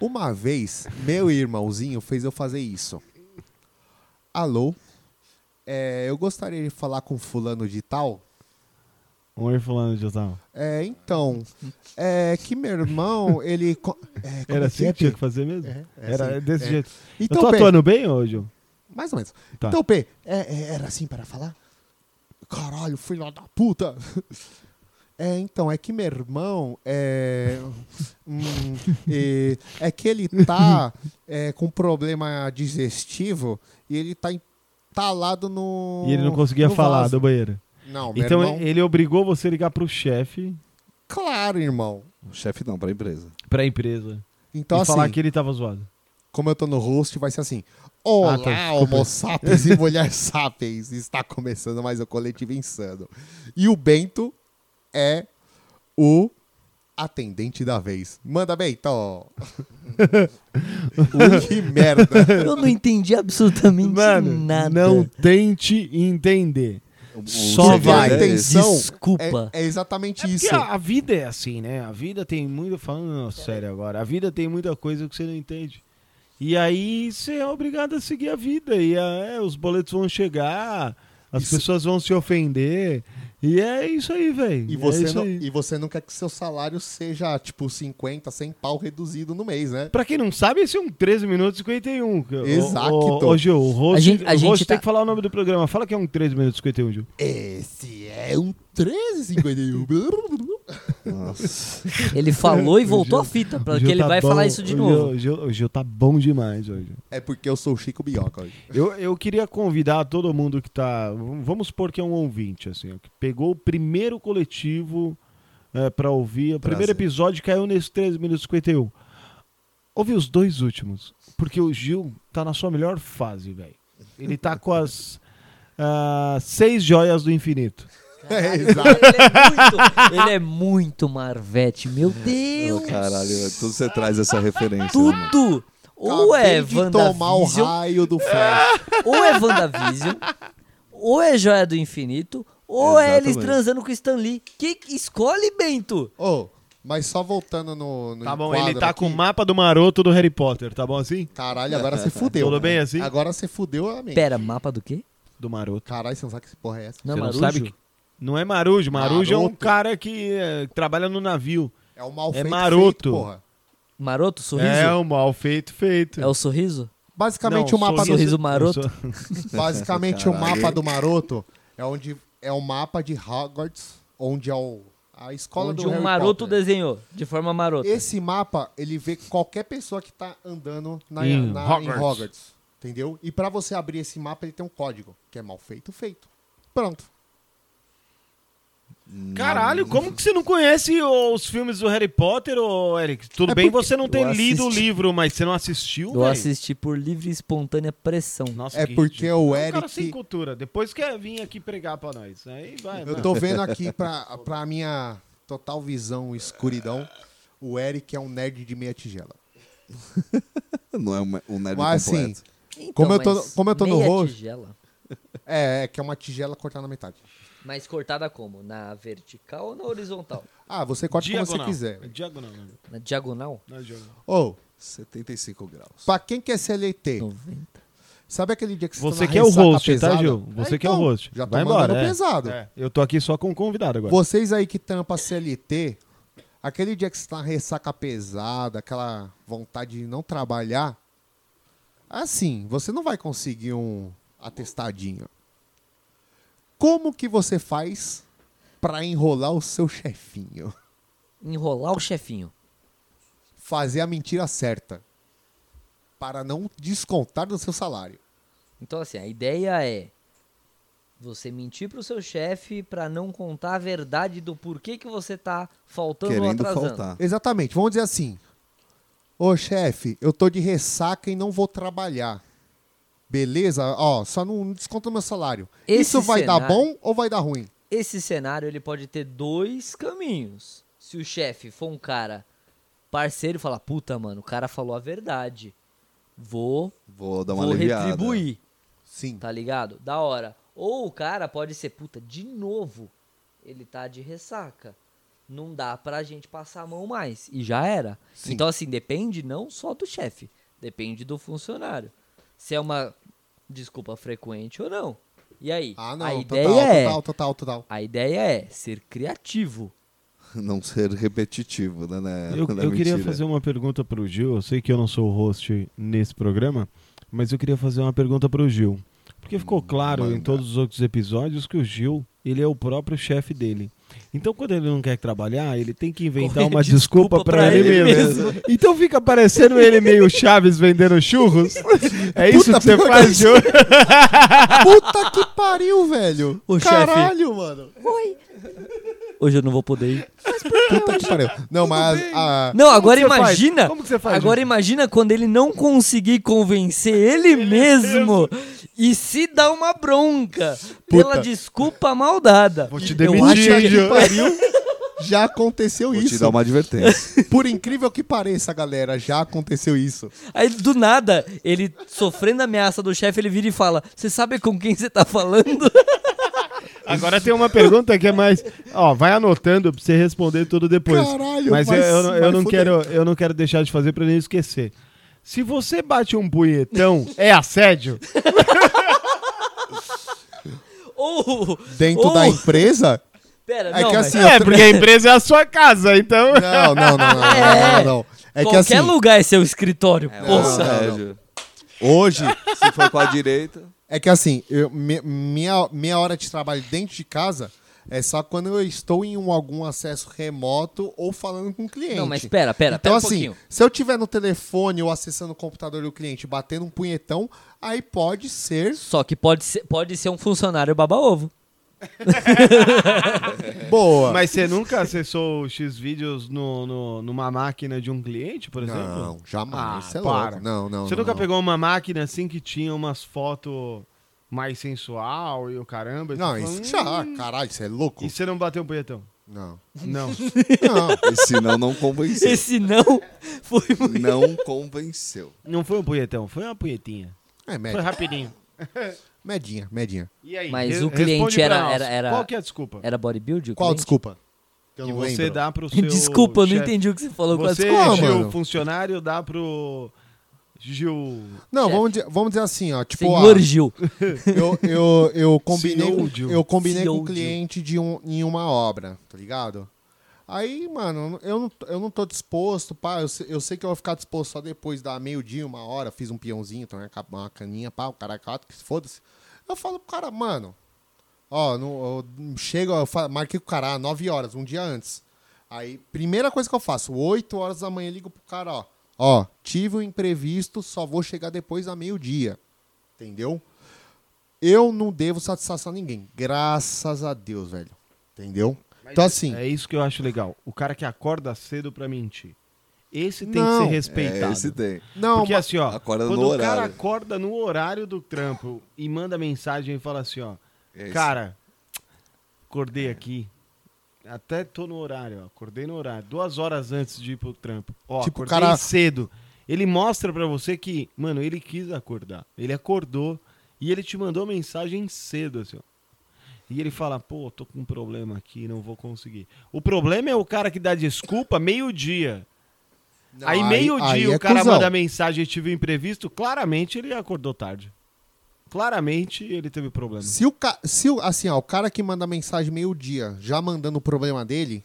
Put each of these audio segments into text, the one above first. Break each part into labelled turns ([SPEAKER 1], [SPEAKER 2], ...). [SPEAKER 1] Uma vez, meu irmãozinho fez eu fazer isso. Alô? É, eu gostaria de falar com fulano de tal.
[SPEAKER 2] Oi, fulano de tal.
[SPEAKER 1] É, então, é que meu irmão, ele... co- é, como
[SPEAKER 2] Era
[SPEAKER 1] é
[SPEAKER 2] assim
[SPEAKER 1] é,
[SPEAKER 2] que tinha
[SPEAKER 1] Pedro?
[SPEAKER 2] que fazer mesmo?
[SPEAKER 1] É, é
[SPEAKER 2] Era
[SPEAKER 1] assim,
[SPEAKER 2] desse
[SPEAKER 1] é.
[SPEAKER 2] jeito.
[SPEAKER 1] Então,
[SPEAKER 2] eu tô
[SPEAKER 1] Pedro-
[SPEAKER 2] atuando bem hoje?
[SPEAKER 1] Mais ou menos.
[SPEAKER 2] Tá.
[SPEAKER 1] Então, P, é- é- era assim para falar? Caralho, filho da puta! É, então, é que meu irmão é. hum, é, é que ele tá é, com problema digestivo e ele tá entalado no.
[SPEAKER 2] E ele não conseguia
[SPEAKER 1] no
[SPEAKER 2] falar
[SPEAKER 1] vaso.
[SPEAKER 2] do banheiro.
[SPEAKER 1] Não, é meu
[SPEAKER 2] Então
[SPEAKER 1] irmão.
[SPEAKER 2] ele obrigou você a ligar pro chefe,
[SPEAKER 1] Claro, irmão.
[SPEAKER 3] Chefe não, pra empresa.
[SPEAKER 2] pra empresa.
[SPEAKER 1] Então,
[SPEAKER 2] e
[SPEAKER 1] assim,
[SPEAKER 2] falar que ele tava zoado.
[SPEAKER 1] como eu tô no host, vai ser assim. Olá,
[SPEAKER 2] Ah, tá,
[SPEAKER 1] homo sapiens e mulher sapiens. Está começando mais o Coletivo Insano. E o Bento é o atendente da vez. Manda, Bento! que merda!
[SPEAKER 4] Eu não entendi absolutamente nada.
[SPEAKER 2] não tente entender.
[SPEAKER 3] O- o
[SPEAKER 2] Só
[SPEAKER 3] segredo
[SPEAKER 2] vai.
[SPEAKER 3] é
[SPEAKER 1] A
[SPEAKER 3] esse.
[SPEAKER 1] intenção
[SPEAKER 4] Desculpa.
[SPEAKER 1] É, é exatamente
[SPEAKER 2] É
[SPEAKER 1] isso.
[SPEAKER 2] porque a, a vida é assim, né? A vida tem muito. Falando sério agora, a vida tem muita coisa que você não entende. E aí você é obrigado a seguir a vida. E é, os boletos vão chegar, as
[SPEAKER 1] Isso.
[SPEAKER 2] pessoas vão se ofender. E é isso aí, velho.
[SPEAKER 1] E
[SPEAKER 2] é
[SPEAKER 1] você,
[SPEAKER 2] isso
[SPEAKER 1] não,
[SPEAKER 2] aí.
[SPEAKER 1] e você não quer que seu salário seja, tipo, 50, 100 pau reduzido no mês, né?
[SPEAKER 2] Pra quem não sabe, esse é um 13 minutos e 51. que- o-
[SPEAKER 1] Exacto.
[SPEAKER 2] o- Ô, Gil, o host,
[SPEAKER 4] A gente- a
[SPEAKER 2] o host
[SPEAKER 4] gente
[SPEAKER 2] tem
[SPEAKER 4] tá-
[SPEAKER 2] que falar o nome do programa. Fala que é um 13 minutos e 51, Gil.
[SPEAKER 1] Esse é um 13,51.
[SPEAKER 3] Nossa.
[SPEAKER 4] Ele falou e voltou a fita,
[SPEAKER 2] O
[SPEAKER 4] pra que
[SPEAKER 2] Gil
[SPEAKER 4] ele
[SPEAKER 2] tá
[SPEAKER 4] vai
[SPEAKER 2] bom.
[SPEAKER 4] falar isso de
[SPEAKER 2] O
[SPEAKER 4] novo.
[SPEAKER 2] Gil- O Gil, o Gil tá bom demais hoje.
[SPEAKER 1] É porque eu sou o Chico Bioca hoje.
[SPEAKER 2] Eu, eu queria convidar todo mundo que tá. v- Vamos supor que é um ouvinte, assim, ó, que pegou o primeiro coletivo é, para ouvir. O primeiro
[SPEAKER 3] Prazer.
[SPEAKER 2] episódio caiu nesses 13 minutos e 51. Ouve os dois últimos. Porque o Gil tá na sua melhor fase, velho. Ele tá com as ah, seis joias do infinito.
[SPEAKER 1] É,
[SPEAKER 4] Ah, Ele
[SPEAKER 1] exato.
[SPEAKER 4] é muito, ele é muito Marvete, meu Deus.
[SPEAKER 3] Ô, caralho, é tudo você traz essa referência. mano.
[SPEAKER 4] Tudo. Ou é
[SPEAKER 1] Acabei de tomar o
[SPEAKER 4] WandaVision,
[SPEAKER 1] raio do Flash.
[SPEAKER 4] ou é WandaVision, ou é Joia do Infinito, ou é eles
[SPEAKER 3] Exatamente.
[SPEAKER 4] transando com o Stan Lee. Que escolhe, Bento?
[SPEAKER 1] Ô, mas só voltando no, no
[SPEAKER 2] Tá bom,
[SPEAKER 1] enquadro
[SPEAKER 2] ele tá
[SPEAKER 1] aqui.
[SPEAKER 2] com o mapa do maroto do Harry Potter, tá bom assim?
[SPEAKER 1] Caralho, agora você fudeu. né?
[SPEAKER 2] Tudo bem assim?
[SPEAKER 1] Agora você fudeu a mim.
[SPEAKER 4] Pera, mapa do quê?
[SPEAKER 2] Do maroto.
[SPEAKER 1] Caralho, você não sabe que porra é essa?
[SPEAKER 4] Não, é
[SPEAKER 2] Você não
[SPEAKER 4] Marujo?
[SPEAKER 2] sabe que- Não é marujo, marujo é um
[SPEAKER 1] Maroto.
[SPEAKER 2] cara que é, trabalha no navio.
[SPEAKER 1] É o mal feito,
[SPEAKER 2] maroto.
[SPEAKER 1] feito, porra.
[SPEAKER 4] Maroto, sorriso?
[SPEAKER 2] É um mal feito feito.
[SPEAKER 4] É o sorriso?
[SPEAKER 1] Basicamente, o mapa
[SPEAKER 2] é
[SPEAKER 4] sorriso-
[SPEAKER 1] do,
[SPEAKER 4] maroto.
[SPEAKER 1] basicamente o
[SPEAKER 3] Caralho.
[SPEAKER 1] mapa do maroto é onde é o mapa de Hogwarts, onde é o, a escola
[SPEAKER 4] Onde
[SPEAKER 1] do
[SPEAKER 4] um
[SPEAKER 1] Harry
[SPEAKER 4] maroto
[SPEAKER 1] Potter.
[SPEAKER 4] desenhou, de forma marota.
[SPEAKER 1] Esse mapa, ele vê qualquer pessoa que tá andando na,
[SPEAKER 2] Em
[SPEAKER 1] na- em
[SPEAKER 2] Hogwarts.
[SPEAKER 1] Hogwarts. Entendeu? E pra você abrir esse mapa, ele tem um código, que é mal feito, feito. Pronto.
[SPEAKER 2] Caralho, como que você não conhece os filmes do Harry Potter, ô Eric? Tudo
[SPEAKER 1] É
[SPEAKER 2] bem
[SPEAKER 1] porque
[SPEAKER 2] você não ter
[SPEAKER 4] eu
[SPEAKER 2] lido o
[SPEAKER 4] assisti.
[SPEAKER 2] livro, mas você não assistiu,
[SPEAKER 4] Eu
[SPEAKER 2] velho?
[SPEAKER 4] assisti por livre e espontânea pressão.
[SPEAKER 2] Nossa,
[SPEAKER 1] É
[SPEAKER 2] que
[SPEAKER 1] porque
[SPEAKER 2] ridículo.
[SPEAKER 1] o
[SPEAKER 2] É um cara sem
[SPEAKER 1] Eric.
[SPEAKER 2] cultura. Depois quer vir aqui pregar pra nós. Aí vai,
[SPEAKER 1] Eu
[SPEAKER 2] mano.
[SPEAKER 1] tô vendo aqui pra, pra minha total visão escuridão. O Eric é um nerd de meia tigela.
[SPEAKER 3] Não é um- um nerd
[SPEAKER 1] Mas,
[SPEAKER 3] completo.
[SPEAKER 1] assim,
[SPEAKER 4] Então,
[SPEAKER 1] Como eu tô-
[SPEAKER 4] mas
[SPEAKER 1] como eu tô no
[SPEAKER 4] meia
[SPEAKER 1] rosto-
[SPEAKER 4] tigela.
[SPEAKER 1] é, é que é uma tigela cortada na metade.
[SPEAKER 4] Mas cortada como? Na vertical ou na horizontal?
[SPEAKER 1] Ah, você corta como você quiser.
[SPEAKER 2] É Diagonal, né?
[SPEAKER 4] Na diagonal?
[SPEAKER 2] Não é diagonal.
[SPEAKER 1] Ou,
[SPEAKER 3] 75 graus.
[SPEAKER 1] pra quem quer ser LT,
[SPEAKER 4] 90.
[SPEAKER 1] sabe aquele dia que você,
[SPEAKER 2] Você
[SPEAKER 1] tá na
[SPEAKER 2] que é o
[SPEAKER 1] ressaca
[SPEAKER 2] host, tá,
[SPEAKER 1] pesada?
[SPEAKER 2] Gil? Você
[SPEAKER 1] É,
[SPEAKER 2] que é o
[SPEAKER 1] então,
[SPEAKER 2] host.
[SPEAKER 1] Já tô
[SPEAKER 2] vai embora.
[SPEAKER 1] mandando
[SPEAKER 2] é.
[SPEAKER 1] pesado.
[SPEAKER 2] É, Eu tô aqui só com o convidado agora.
[SPEAKER 1] Vocês aí que tampa CLT, aquele dia que você tá na ressaca pesada, aquela vontade de não trabalhar, assim, você não vai conseguir um atestadinho. Como que você faz pra enrolar o seu chefinho?
[SPEAKER 4] Enrolar o chefinho.
[SPEAKER 1] Fazer a mentira certa para não descontar do seu salário.
[SPEAKER 4] Então, assim, a ideia é você mentir pro seu chefe pra não contar a verdade do porquê que você tá faltando
[SPEAKER 3] Querendo
[SPEAKER 4] ou atrasando.
[SPEAKER 3] faltar.
[SPEAKER 1] Exatamente, vamos dizer assim: Ô chefe, eu tô de ressaca e não vou trabalhar. Beleza? Ó, só não desconta meu salário.
[SPEAKER 4] Esse
[SPEAKER 1] Isso vai dar
[SPEAKER 4] cenário-
[SPEAKER 1] bom ou vai dar ruim?
[SPEAKER 4] Esse cenário ele pode ter dois caminhos. Se o chefe for um cara parceiro, fala: "Puta, mano, o cara falou a verdade. Vou,
[SPEAKER 3] Vou dar uma
[SPEAKER 4] vou
[SPEAKER 3] aliviada.
[SPEAKER 4] retribuir".
[SPEAKER 1] Sim.
[SPEAKER 4] Tá ligado? Da hora. Ou o cara pode ser, puta, de novo. Ele tá de ressaca. não dá pra gente passar a mão mais. E já era.
[SPEAKER 3] Sim.
[SPEAKER 4] Então, assim, depende não só do chefe, depende do funcionário. Se é uma desculpa frequente ou não. E aí?
[SPEAKER 1] Ah, não.
[SPEAKER 4] a
[SPEAKER 1] total,
[SPEAKER 4] ideia é.
[SPEAKER 1] total, total, total.
[SPEAKER 4] A ideia é ser criativo.
[SPEAKER 3] Não ser repetitivo, né? né?
[SPEAKER 2] Eu,
[SPEAKER 3] Não é
[SPEAKER 2] eu queria
[SPEAKER 3] mentira.
[SPEAKER 2] fazer uma pergunta pro Gil. Eu sei que eu não sou o host nesse programa, mas eu queria fazer uma pergunta pro Gil. Porque ficou claro em
[SPEAKER 3] manda.
[SPEAKER 2] todos os outros episódios que o Gil, ele é o próprio chefe dele. Então, quando ele não quer trabalhar, ele tem que inventar
[SPEAKER 4] Corre
[SPEAKER 2] uma
[SPEAKER 4] desculpa
[SPEAKER 2] desculpa pra ele, mesmo. Então fica parecendo ele meio Chaves vendendo churros. É isso
[SPEAKER 1] Puta,
[SPEAKER 2] que você
[SPEAKER 1] pior que
[SPEAKER 2] faz, Gil?
[SPEAKER 1] Puta que pariu, velho.
[SPEAKER 4] O chefe.
[SPEAKER 1] Caralho, mano.
[SPEAKER 4] Hoje eu não vou poder ir.
[SPEAKER 1] Puta que pariu. Não, mas a,
[SPEAKER 4] Não, agora
[SPEAKER 2] que você faz?
[SPEAKER 4] imagina.
[SPEAKER 2] Como que você faz,
[SPEAKER 4] Agora
[SPEAKER 2] Gil?
[SPEAKER 4] imagina quando ele não conseguir convencer ele, mesmo e se dar uma bronca pela desculpa maldada.
[SPEAKER 2] Vou te
[SPEAKER 1] eu
[SPEAKER 2] demitir,
[SPEAKER 1] acho que
[SPEAKER 2] hein, Gil?
[SPEAKER 1] aqui pariu. Já aconteceu
[SPEAKER 3] Vou te
[SPEAKER 1] um isso.
[SPEAKER 3] dar uma advertência.
[SPEAKER 1] Por incrível que pareça, galera, já aconteceu isso.
[SPEAKER 4] Aí do nada, ele sofrendo a ameaça do chefe, ele vira e fala: Você sabe com quem você tá falando?
[SPEAKER 2] Agora tem uma pergunta que é mais. Ó, vai anotando pra você responder tudo depois.
[SPEAKER 1] Caralho,
[SPEAKER 2] Mas eu,
[SPEAKER 1] vai-
[SPEAKER 2] eu, não- eu
[SPEAKER 1] vai
[SPEAKER 2] não
[SPEAKER 1] fuder.
[SPEAKER 2] quero, eu não quero deixar de fazer pra não esquecer. Se você bate um punhetão, é assédio?
[SPEAKER 4] Ou.
[SPEAKER 1] Dentro
[SPEAKER 4] ou-
[SPEAKER 1] da empresa?
[SPEAKER 4] Pera,
[SPEAKER 1] É
[SPEAKER 4] não,
[SPEAKER 1] que
[SPEAKER 4] mas-
[SPEAKER 1] assim,
[SPEAKER 2] É,
[SPEAKER 1] eu-
[SPEAKER 2] porque a empresa é a sua casa, então.
[SPEAKER 1] Não, não, não, não, não, não, não. É que
[SPEAKER 4] Qualquer
[SPEAKER 1] assim,
[SPEAKER 4] lugar é seu escritório, porra.
[SPEAKER 3] Sérgio,
[SPEAKER 1] hoje,
[SPEAKER 3] se for com a direita,
[SPEAKER 1] é que assim, eu- mi- minha, minha hora de trabalho dentro de casa é só quando eu estou em um- algum acesso remoto ou falando com o cliente.
[SPEAKER 4] Não, mas pera, pera,
[SPEAKER 1] Então
[SPEAKER 4] pera um
[SPEAKER 1] assim,
[SPEAKER 4] pouquinho.
[SPEAKER 1] se eu tiver no telefone ou acessando o computador do cliente, batendo um punhetão, aí pode ser
[SPEAKER 4] Só que pode ser, pode ser um funcionário baba-ovo.
[SPEAKER 1] boa.
[SPEAKER 2] Mas você nunca acessou o X vídeos no, no- numa máquina de um cliente, por exemplo?
[SPEAKER 1] Não, jamais.
[SPEAKER 2] Ah,
[SPEAKER 1] Você é
[SPEAKER 2] para.
[SPEAKER 1] louco. Não, não.
[SPEAKER 2] Você
[SPEAKER 1] não,
[SPEAKER 2] nunca
[SPEAKER 1] não.
[SPEAKER 2] pegou uma máquina assim que tinha umas fotos mais sensual e o caramba? e
[SPEAKER 1] Não,
[SPEAKER 2] você falou,
[SPEAKER 1] isso
[SPEAKER 2] "Hum",
[SPEAKER 1] já, caralho, você é louco?
[SPEAKER 2] E você não bateu um punhetão?
[SPEAKER 1] Não.
[SPEAKER 2] Não.
[SPEAKER 1] Não.
[SPEAKER 3] e se não, não convenceu.
[SPEAKER 4] Esse não foi muito.
[SPEAKER 3] Não convenceu.
[SPEAKER 2] não foi um punhetão, foi uma punhetinha.
[SPEAKER 1] É,
[SPEAKER 2] Foi
[SPEAKER 1] média,
[SPEAKER 2] rapidinho.
[SPEAKER 1] medinha, medinha.
[SPEAKER 2] E aí?
[SPEAKER 4] Mas
[SPEAKER 2] Re-
[SPEAKER 4] o cliente
[SPEAKER 2] responde
[SPEAKER 4] era-
[SPEAKER 2] pra nós.
[SPEAKER 4] era- era-
[SPEAKER 2] Qual que é a desculpa?
[SPEAKER 4] Era bodybuilder? o
[SPEAKER 1] Qual
[SPEAKER 4] cliente?
[SPEAKER 1] desculpa? Que eu
[SPEAKER 2] que
[SPEAKER 1] não
[SPEAKER 2] você
[SPEAKER 1] lembro.
[SPEAKER 2] dá pro seu
[SPEAKER 4] Desculpa, eu não
[SPEAKER 2] chefe.
[SPEAKER 4] entendi o que você falou. com a
[SPEAKER 2] Você,
[SPEAKER 4] desculpa.
[SPEAKER 1] Ah,
[SPEAKER 2] Gil,
[SPEAKER 1] mano.
[SPEAKER 2] funcionário, dá pro Gil...
[SPEAKER 1] Não,
[SPEAKER 4] chefe.
[SPEAKER 1] vamos dizer, vamos dizer assim, ó.
[SPEAKER 2] é
[SPEAKER 1] Tipo,
[SPEAKER 4] Senhor
[SPEAKER 1] ah,
[SPEAKER 4] Gil.
[SPEAKER 1] eu, eu, eu combinei,
[SPEAKER 2] CEO
[SPEAKER 1] com-
[SPEAKER 2] de um-
[SPEAKER 1] eu combinei
[SPEAKER 4] CEO
[SPEAKER 1] com o
[SPEAKER 4] de um-
[SPEAKER 1] cliente de um, em uma obra, tá ligado? Aí, mano, eu não, eu não tô disposto, pá. Eu, se- eu sei que eu vou ficar disposto só depois da meio-dia, uma hora. Fiz um peãozinho, tomei uma ca- uma caninha, pá, o cara cata, que se foda-se. Eu falo pro cara, mano, ó, não, eu chego, eu fa- marquei com o cara, ah, 9 horas, um dia antes. Aí, primeira coisa que eu faço, 8 horas da manhã, eu ligo pro cara, ó. Ó, tive um imprevisto, só vou chegar depois da meio-dia. Entendeu? Eu não devo satisfação a ninguém. Graças a Deus, velho. Entendeu? então, assim.
[SPEAKER 2] É isso que eu acho legal. O cara que acorda cedo pra mentir. Esse tem
[SPEAKER 1] Não.
[SPEAKER 2] que ser respeitado.
[SPEAKER 3] É, esse tem.
[SPEAKER 1] Não,
[SPEAKER 2] Porque
[SPEAKER 1] ma-
[SPEAKER 2] assim, ó,
[SPEAKER 3] acorda
[SPEAKER 2] quando
[SPEAKER 3] no
[SPEAKER 2] o cara
[SPEAKER 3] horário.
[SPEAKER 2] acorda no horário do trampo e manda mensagem e fala assim, ó,
[SPEAKER 3] É isso. É.
[SPEAKER 2] cara, acordei aqui, até tô no horário, ó, acordei no horário, duas horas antes de ir pro trampo, ó,
[SPEAKER 1] Tipo, o
[SPEAKER 2] acordei
[SPEAKER 1] cara-
[SPEAKER 2] cedo. Ele mostra pra você que, mano, ele quis acordar, ele acordou e ele te mandou mensagem cedo, assim, ó. E ele fala, pô, tô com um problema aqui, não vou conseguir. O problema é o cara que dá desculpa meio-dia.
[SPEAKER 1] não,
[SPEAKER 2] aí, meio-dia,
[SPEAKER 1] aí é
[SPEAKER 2] o cara
[SPEAKER 1] cuzão.
[SPEAKER 2] manda mensagem, tive um imprevisto. Claramente ele acordou tarde. Claramente ele teve problema.
[SPEAKER 1] Se o ca... se o, assim, ó, o cara que manda mensagem meio-dia, já mandando o problema dele,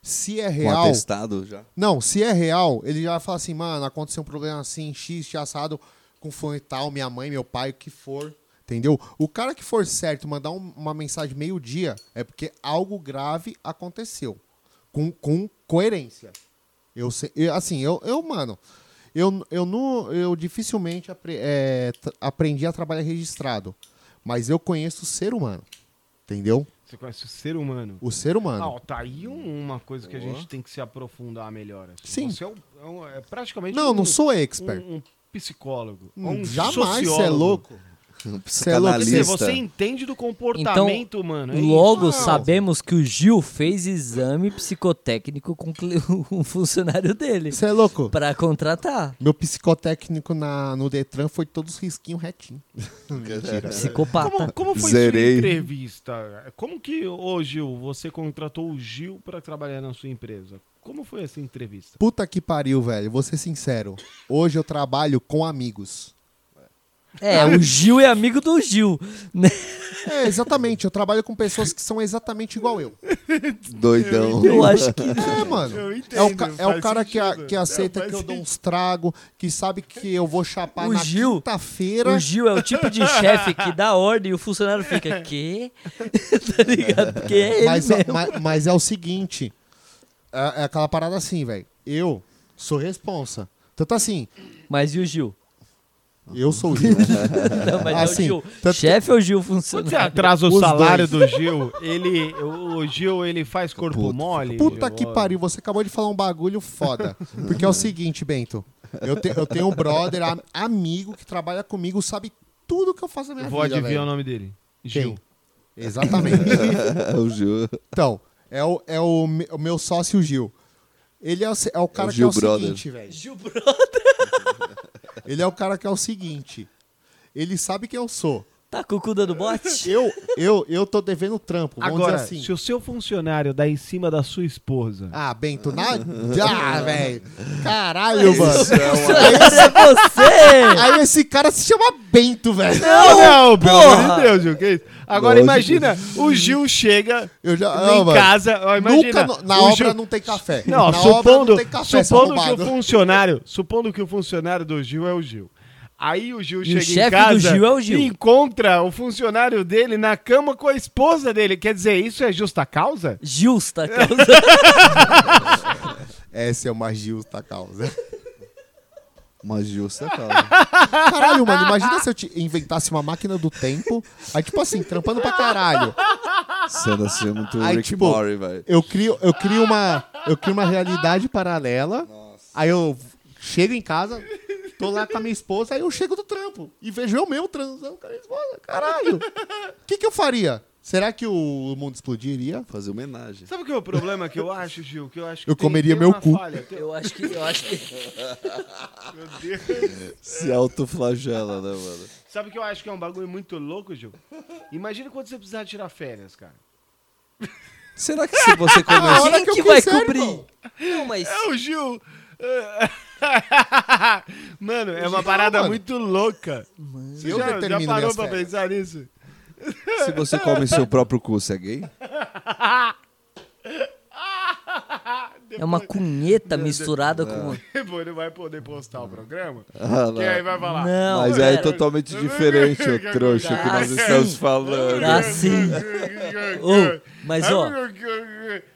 [SPEAKER 1] se é
[SPEAKER 3] Com
[SPEAKER 1] real.
[SPEAKER 3] atestado já.
[SPEAKER 1] Não, se é real, ele já fala assim, mano, aconteceu um problema assim, X, X assado, com fone tal, minha mãe, meu pai, o que for. Entendeu? O cara que for certo mandar um- uma mensagem meio-dia é porque algo grave aconteceu. Com, com coerência. Eu, se- eu- assim, eu, eu mano, eu, eu, não, eu dificilmente apre- é, tra- aprendi a trabalhar registrado. Mas eu conheço o ser humano. Entendeu?
[SPEAKER 2] Você conhece o ser humano.
[SPEAKER 1] O ser humano.
[SPEAKER 2] Ah, ó, tá aí um- uma coisa que a gente tem que se aprofundar melhor. assim.
[SPEAKER 1] Sim.
[SPEAKER 2] Você é, um- é um- é praticamente
[SPEAKER 1] não,
[SPEAKER 2] um,
[SPEAKER 1] não sou
[SPEAKER 2] um-
[SPEAKER 1] expert.
[SPEAKER 2] um psicólogo. ou
[SPEAKER 1] Hum,
[SPEAKER 2] um
[SPEAKER 1] Jamais,
[SPEAKER 2] sociólogo.
[SPEAKER 1] você é louco.
[SPEAKER 2] Quer
[SPEAKER 3] Um
[SPEAKER 2] dizer,
[SPEAKER 3] psicanalista.
[SPEAKER 2] você entende do comportamento, mano. é isso.
[SPEAKER 4] Logo,
[SPEAKER 2] Não.
[SPEAKER 4] sabemos que o Gil fez exame psicotécnico com cli- um funcionário dele
[SPEAKER 1] Você é louco?
[SPEAKER 4] pra contratar.
[SPEAKER 1] Meu psicotécnico na, no Detran foi todos risquinho retinho. Mentira.
[SPEAKER 4] Psicopata.
[SPEAKER 2] Como, como foi
[SPEAKER 3] Zerei.
[SPEAKER 2] sua entrevista? Como que, ô Gil, você contratou o Gil pra trabalhar na sua empresa? Como foi essa entrevista?
[SPEAKER 1] Puta que pariu, velho. Vou ser sincero. Hoje eu trabalho com amigos.
[SPEAKER 4] É, o Gil é amigo do Gil. né?
[SPEAKER 1] É, exatamente. Eu trabalho com pessoas que são exatamente igual eu.
[SPEAKER 3] Doidão.
[SPEAKER 4] Eu acho que.
[SPEAKER 1] É, mano.
[SPEAKER 2] Eu
[SPEAKER 1] é o,
[SPEAKER 2] entendo,
[SPEAKER 1] ca- é o
[SPEAKER 2] faz
[SPEAKER 1] cara que, a-
[SPEAKER 2] sentido.
[SPEAKER 1] que aceita
[SPEAKER 2] Não,
[SPEAKER 1] que
[SPEAKER 2] faz
[SPEAKER 1] eu dou uns trago, que sabe que eu vou chapar
[SPEAKER 4] O
[SPEAKER 1] na
[SPEAKER 4] Gil-
[SPEAKER 1] quinta-feira.
[SPEAKER 4] O Gil é o tipo de chefe que dá ordem e o funcionário fica, quê? tá ligado? Porque é ele
[SPEAKER 1] Mas,
[SPEAKER 4] mesmo.
[SPEAKER 1] mas- mas é o seguinte, é, é aquela parada assim, velho. Eu sou responsa. Tanto assim,
[SPEAKER 4] Mas e o Gil?
[SPEAKER 1] eu sou o Gil.
[SPEAKER 4] Não, mas
[SPEAKER 1] Assim,
[SPEAKER 4] é o Gil.
[SPEAKER 1] tanto-
[SPEAKER 4] Chefe ou Gil
[SPEAKER 2] Quando você
[SPEAKER 4] funcionário?
[SPEAKER 2] atrasa o
[SPEAKER 1] Os
[SPEAKER 2] salário do Gil, ele, o o Gil ele faz corpo
[SPEAKER 3] Puta-
[SPEAKER 2] mole?
[SPEAKER 1] Puta
[SPEAKER 2] Gil?
[SPEAKER 1] que pariu, você acabou de falar um bagulho foda. Porque é o seguinte, Bento. Eu, te- eu tenho um brother, am- amigo, que trabalha comigo, sabe tudo que eu faço na minha
[SPEAKER 2] Vou
[SPEAKER 1] vida,
[SPEAKER 2] adivinhar o
[SPEAKER 1] velho.
[SPEAKER 2] nome dele.
[SPEAKER 1] Quem?
[SPEAKER 2] Gil.
[SPEAKER 1] Exatamente.
[SPEAKER 3] Eu juro.
[SPEAKER 1] Então, é o, é o, me- o meu sócio Gil. Ele é o, se- é o cara que é
[SPEAKER 3] Gil
[SPEAKER 1] o
[SPEAKER 3] Brother.
[SPEAKER 1] seguinte, velho.
[SPEAKER 4] Gil, bro,
[SPEAKER 1] Ele é o cara que é o seguinte. Ele sabe quem eu sou.
[SPEAKER 4] tá com o cu dando bote?
[SPEAKER 1] Eu, eu, eu tô devendo trampo. Vamos
[SPEAKER 2] Agora,
[SPEAKER 1] dizer assim.
[SPEAKER 2] se o seu funcionário dá em cima da sua esposa,
[SPEAKER 1] Ah, Bento, nada. Ah, velho. Caralho, mano.
[SPEAKER 4] é você!
[SPEAKER 1] Aí esse cara se chama Bento, velho.
[SPEAKER 2] Não, Ah, não, pelo
[SPEAKER 4] porra!
[SPEAKER 2] amor de Deus, Gil. Que isso? Agora
[SPEAKER 3] Lógico.
[SPEAKER 2] imagina, o Gil chega
[SPEAKER 1] Eu já.
[SPEAKER 2] em
[SPEAKER 1] ah, mano.
[SPEAKER 2] casa. ó, imagina,
[SPEAKER 1] Nunca no- na
[SPEAKER 2] o
[SPEAKER 1] obra
[SPEAKER 2] Gil-
[SPEAKER 1] não tem café.
[SPEAKER 2] Não,
[SPEAKER 1] na obra
[SPEAKER 2] supondo,
[SPEAKER 1] não tem café, seu
[SPEAKER 2] supondo que
[SPEAKER 1] arrombado.
[SPEAKER 2] o funcionário, supondo que o funcionário do Gil é o Gil. Aí o Gil
[SPEAKER 4] o
[SPEAKER 2] chega
[SPEAKER 4] chefe
[SPEAKER 2] em
[SPEAKER 4] do
[SPEAKER 2] casa
[SPEAKER 4] Gil é o Gil.
[SPEAKER 2] e encontra o funcionário dele na cama com a esposa dele. Quer dizer, isso é justa causa?
[SPEAKER 4] Gil está causando.
[SPEAKER 1] Essa é uma justa causa.
[SPEAKER 3] Mas justa,
[SPEAKER 1] Caralho, mano, imagina se eu te inventasse uma máquina do tempo, aí tipo assim, trampando pra caralho.
[SPEAKER 3] Você nasceu muito
[SPEAKER 1] Aí,
[SPEAKER 3] Rick
[SPEAKER 1] tipo,
[SPEAKER 3] Morty, velho.
[SPEAKER 1] Eu crio, eu crio uma, eu crio uma realidade paralela. Aí eu chego em casa, tô lá com a minha esposa, aí eu chego do trampo e vejo eu mesmo transando com a minha esposa. Caralho. O que que eu faria? Será que o mundo explodiria?
[SPEAKER 3] Fazer homenagem.
[SPEAKER 2] Sabe o que é o problema que eu acho, Gil? Que eu acho que
[SPEAKER 1] Eu
[SPEAKER 2] tem-
[SPEAKER 1] comeria
[SPEAKER 2] tem
[SPEAKER 1] meu
[SPEAKER 2] uma
[SPEAKER 1] cu.
[SPEAKER 2] falha. Tem-
[SPEAKER 4] Eu acho que. Eu acho que.
[SPEAKER 2] Meu Deus.
[SPEAKER 3] Se autoflagela, né, mano?
[SPEAKER 2] Sabe o que eu acho que é um bagulho muito louco, Gil? Imagina quando você precisar tirar férias, cara.
[SPEAKER 3] Será que se você
[SPEAKER 1] A hora
[SPEAKER 4] Quem
[SPEAKER 1] que eu
[SPEAKER 4] que vai
[SPEAKER 1] quiser,
[SPEAKER 4] cobrir?
[SPEAKER 1] irmão.
[SPEAKER 4] Não, mas.
[SPEAKER 2] É o Gil! mano, é uma
[SPEAKER 1] Gil,
[SPEAKER 2] parada
[SPEAKER 1] mano.
[SPEAKER 2] muito louca. Você
[SPEAKER 1] Eu
[SPEAKER 2] já, já
[SPEAKER 1] determino
[SPEAKER 2] parou
[SPEAKER 1] minhas
[SPEAKER 2] pra
[SPEAKER 1] férias.
[SPEAKER 2] pensar nisso?
[SPEAKER 3] Se você come seu próprio cu, você é gay?
[SPEAKER 4] É uma cunheta misturada com.
[SPEAKER 2] Depois não vai poder postar
[SPEAKER 3] Uhum.
[SPEAKER 2] o programa.
[SPEAKER 3] Ah,
[SPEAKER 2] Que aí
[SPEAKER 3] não.
[SPEAKER 2] vai falar.
[SPEAKER 4] Não,
[SPEAKER 3] Mas
[SPEAKER 4] cara.
[SPEAKER 3] é totalmente diferente
[SPEAKER 2] é
[SPEAKER 3] o trouxa que nós
[SPEAKER 4] Assim.
[SPEAKER 3] estamos falando.
[SPEAKER 4] Dá Ah, sim. Ô, mas ó,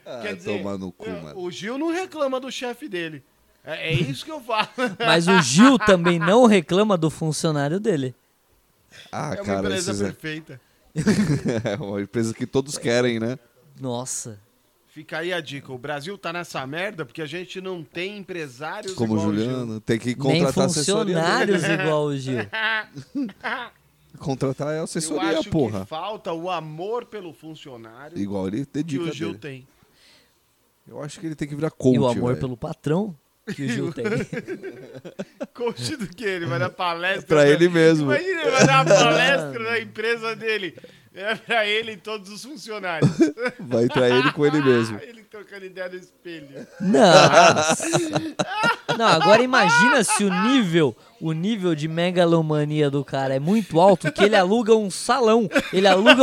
[SPEAKER 2] Ah, Quer dizer,
[SPEAKER 3] toma Ah, no cu, mano.
[SPEAKER 2] o Gil não reclama do chefe dele. É, é isso que eu falo.
[SPEAKER 4] mas o Gil também não reclama do funcionário dele.
[SPEAKER 3] Ah,
[SPEAKER 2] é uma
[SPEAKER 3] cara,
[SPEAKER 2] empresa É.
[SPEAKER 3] esses é...
[SPEAKER 2] perfeita.
[SPEAKER 3] é uma empresa que todos querem, né?
[SPEAKER 4] Nossa.
[SPEAKER 2] Fica aí a dica. O Brasil tá nessa merda porque a gente não tem empresários
[SPEAKER 3] Como o
[SPEAKER 2] igual o Gil.
[SPEAKER 3] Juliano, tem que
[SPEAKER 4] Nem
[SPEAKER 3] contratar assessoria. dele.
[SPEAKER 4] funcionários igual o Gil.
[SPEAKER 3] Contratar é
[SPEAKER 2] eu
[SPEAKER 3] assessoria,
[SPEAKER 2] acho
[SPEAKER 3] porra.
[SPEAKER 2] que falta o amor pelo funcionário
[SPEAKER 3] Igual ele
[SPEAKER 2] que
[SPEAKER 3] dedica
[SPEAKER 2] o Gil
[SPEAKER 3] dele.
[SPEAKER 2] tem.
[SPEAKER 3] Eu acho que ele tem que virar coach,
[SPEAKER 4] E o amor
[SPEAKER 3] velho.
[SPEAKER 4] pelo patrão que o Gil tem.
[SPEAKER 2] Coach do que? Ele vai dar palestra.
[SPEAKER 3] É Pra
[SPEAKER 2] da-
[SPEAKER 3] ele mesmo.
[SPEAKER 2] Imagina, ele vai dar uma palestra na empresa dele. É pra ele e todos os funcionários. Ah,
[SPEAKER 3] Vai entrar ele com ele mesmo.
[SPEAKER 2] ele trocando ideia no espelho.
[SPEAKER 4] Nossa. Não, agora imagina se o nível, o nível de megalomania do cara é muito alto que ele aluga um salão, ele aluga